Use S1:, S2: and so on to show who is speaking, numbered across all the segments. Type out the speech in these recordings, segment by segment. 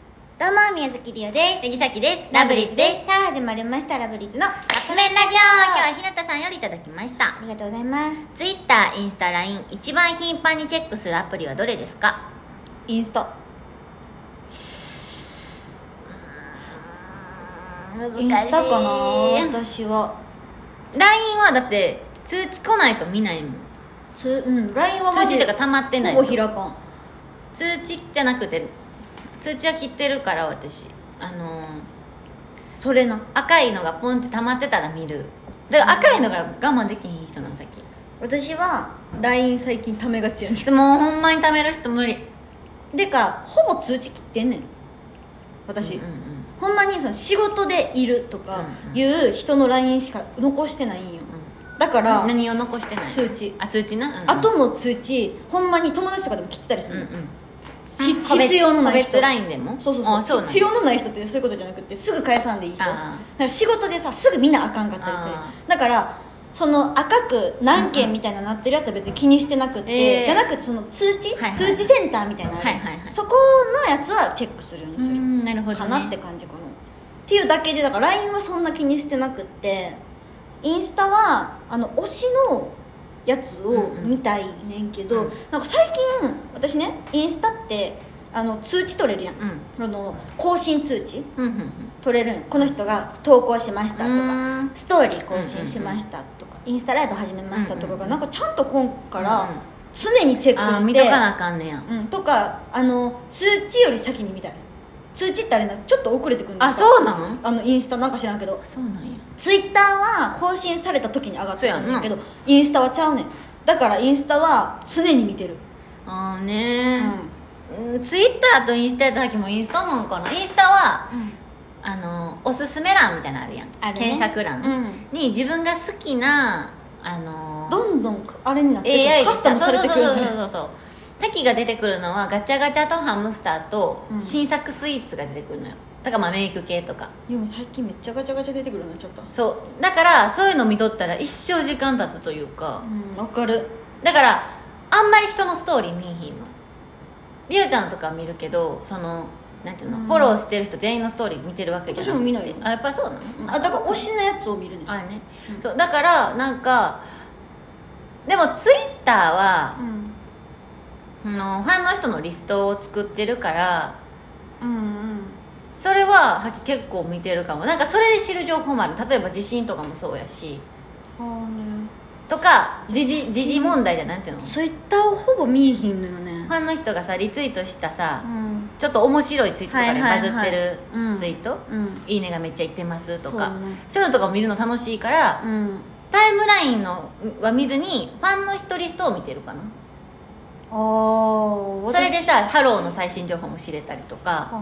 S1: どうも宮崎りおです
S2: 杉崎です
S1: ラブリーズですさあ始まりましたラブリーズのあ
S2: カップ麺ラジオ今日は日向さんよりいただきました
S1: りがとうございます
S2: ツイッターインスタ LINE 一番頻繁にチェックするアプリはどれですか
S1: インスタインスタかな
S2: LINE
S1: 私は
S2: はだって通知来ないと見ないもん
S1: つうん LINE は
S2: 通
S1: マジ
S2: 知と
S1: で
S2: か溜まってない
S1: ほ
S2: と
S1: ぼ開かん
S2: 通知じゃなくて通知は切ってるから私あのー
S1: それな
S2: 赤いのがポンって溜まってたら見るだから赤いのが我慢できひん人なのさっき
S1: 私は LINE 最近ためがちやね
S2: 質問ほんまに貯める人無理
S1: でかほぼ通知切ってんねん私、
S2: うんうん
S1: ほんまにその仕事でいるとか
S2: うんうん
S1: いう人の LINE しか残してないんよ
S2: うん
S1: だから、
S2: 何を残してない
S1: 通知
S2: あ通知な、うんうん
S1: 後の通知ほんまに友達とかでも切ってたりす
S2: うんう
S1: る
S2: ん
S1: の、ひ必要のない人
S2: 個別ラインでも
S1: そうそうそう
S2: あそうなんや
S1: 必要のない人ってそういうことじゃなくてすぐ返さんでいい人
S2: あー
S1: なんか仕事でさすぐ見なあかんかったりする
S2: あ
S1: だからその赤く何件みたいななってるやつは別に気にしてなくて、
S2: えー
S1: じゃなくてその通知、
S2: はいはい
S1: 通知センターみたいなのある、
S2: はいはいはい
S1: そこのやつはチェックするように
S2: う
S1: する
S2: んなるほど、ね、
S1: かなって感じかな、っていうだけでだから LINE はそんな気にしてなくってインスタはあの推しのやつを
S2: うんうん
S1: 見たいねんけど、
S2: うん
S1: なんか最近私ねインスタってあの通知取れるやん、
S2: うん
S1: あの更新通知
S2: うんうんうん
S1: 取れるんこの人が投稿しましたと
S2: う
S1: か
S2: ーん
S1: ストーリー更新しましたとか、インスタライブ始めましたとかが、
S2: うんうんうん
S1: なんかちゃんと今か
S2: うん
S1: ら
S2: うん
S1: 常にチェック
S2: あ
S1: して、
S2: ー見とかなあかんねや
S1: うん、とかあの通知より先に見たい通知ってあれなちょっと遅れてくるんだ
S2: あそうなの
S1: あのインスタなんか知らんけど
S2: そうなんや
S1: ツイッターは更新された時に上がってくるんだけど
S2: そ
S1: インスタはちゃうねんだからインスタは常に見てる、
S2: ああ
S1: う
S2: ねうん、ツイッターとインスタやったらさっきもインスタなんかなインスタはあのおすすめ欄みたいなのあるやん
S1: あるね
S2: 検索欄、
S1: うん
S2: に自分が好きなあの
S1: どんどんあれになってくる
S2: AI で
S1: カスタムされてくる
S2: そう
S1: ね
S2: そうそうそうそう滝が出てくるのはガチャガチャとハムスターと
S1: うん
S2: 新作スイーツが出てくるのよだからまあメイク系とか
S1: でも最近めっちゃガチャガチャ出てくるようになっちゃった
S2: そうだからそういうの見とったら一生時間経つというか
S1: うんわかる
S2: だからあんまり人のストーリー見えひんのりおちゃんとか見るけどそのなんていうの、
S1: うん
S2: フォローしてる人全員のストーリー見てるわけじゃなくて
S1: 私も見ないよ
S2: あやっぱりそうなの
S1: あだから推しのやつを見るね
S2: あね、そうだからなんかでもツイッターは
S1: うん
S2: あのファンの人のリストを作ってるから
S1: うんうん
S2: それははっき結構見てるかもなんかそれで知る情報もある例えば地震とかもそうやし
S1: あーね
S2: とか時事時事問題じゃなんていうのフ
S1: ツイッターをほぼ見えひんのよね
S2: ァンの人がさリツイートしたさ
S1: うん
S2: ちょっと面白いツイートとかで
S1: はいは
S2: バズ
S1: い
S2: っ
S1: はい
S2: てる
S1: うん
S2: ツイート、
S1: うん
S2: いいねがめっちゃいってますとか
S1: そうね
S2: そういうのとかも見るの楽しいから、
S1: うん
S2: タイムラインのは見ずにファンの人リストを見てるかな
S1: ああ
S2: それでさハローの最新情報も知れたりとか
S1: フ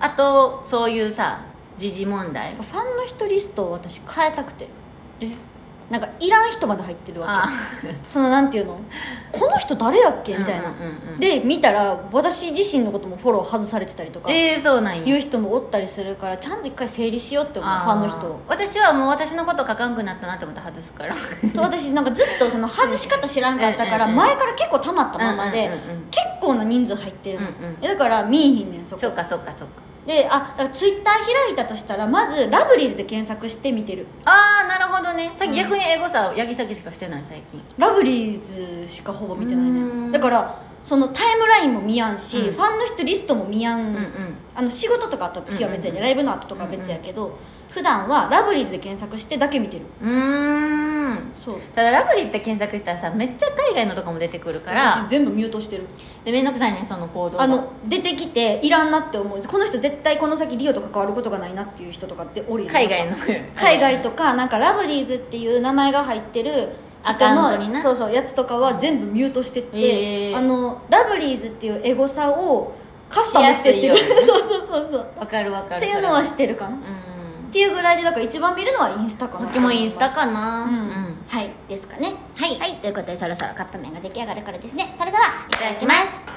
S2: あとそういうさ時事問題
S1: ァンの人リストを私変えたくて
S2: え
S1: なんかいらん人まで入ってるわ
S2: あ
S1: けそのなんていうのこの人誰やっけみたいな、
S2: うんうんうんうん
S1: で見たら私自身のこともフォロー外されてたりとか、
S2: えー、そうなん
S1: い
S2: や
S1: う人もおったりするからちゃんと一回整理しようって思うフ
S2: あ
S1: ァ
S2: ー
S1: ンの人を
S2: 私はもう私のこと書かんくなったなって思って外すから
S1: と私なんかずっとその外し方知らんかったから
S2: うんうんうん
S1: 前から結構たまったままで
S2: うんうんうんうん
S1: 結構な人数入ってるの、
S2: うんうん
S1: だから見えひんねんそこ
S2: そうかそうかそうか
S1: であだからツイッター開いたとしたらまずラブリーズで検索して見てる
S2: ああなるほどねさっ
S1: うん
S2: き逆に英語さ八木崎しかしてない最近
S1: ラブリーズしかほぼ見てないうね
S2: ん
S1: だからそのタイムラインも見やんし、
S2: うん
S1: ファンの人リストも見やん、
S2: うんうん
S1: あの仕事とかあった日は別や
S2: うん
S1: で、
S2: うん
S1: ライブの後とかは別やけど、普段はラブリーズで検索してだけ見てる
S2: うーん
S1: そう
S2: ただラブリーって検索したらさめっちゃ海外のとかも出てくるから
S1: 私全部ミュートしてる
S2: で面倒くさいねその行動が
S1: あの出てきていらんなって思うこの人絶対この先リオと関わることがないなっていう人とかっておるやん
S2: 海外の
S1: 海外とかなんかラブリーズっていう名前が入ってる
S2: アカウントにな
S1: そうそうやつとかは全部ミュートしてって、
S2: えー
S1: あのラブリーズっていうエゴサをカスタムしてってる
S2: しや す
S1: そうそうそうそう
S2: わかるわかる
S1: っていうのは
S2: そ
S1: してるかな、
S2: れ
S1: っ
S2: は
S1: ていうぐらいでだから一番見るのはインスタか
S2: うん
S1: な
S2: こっちもインスタか
S1: う、
S2: なんうん
S1: はいですかね
S2: はい
S1: はい、ということでそろそろカップ麺が出来上がるからですねそれではい
S2: ただきます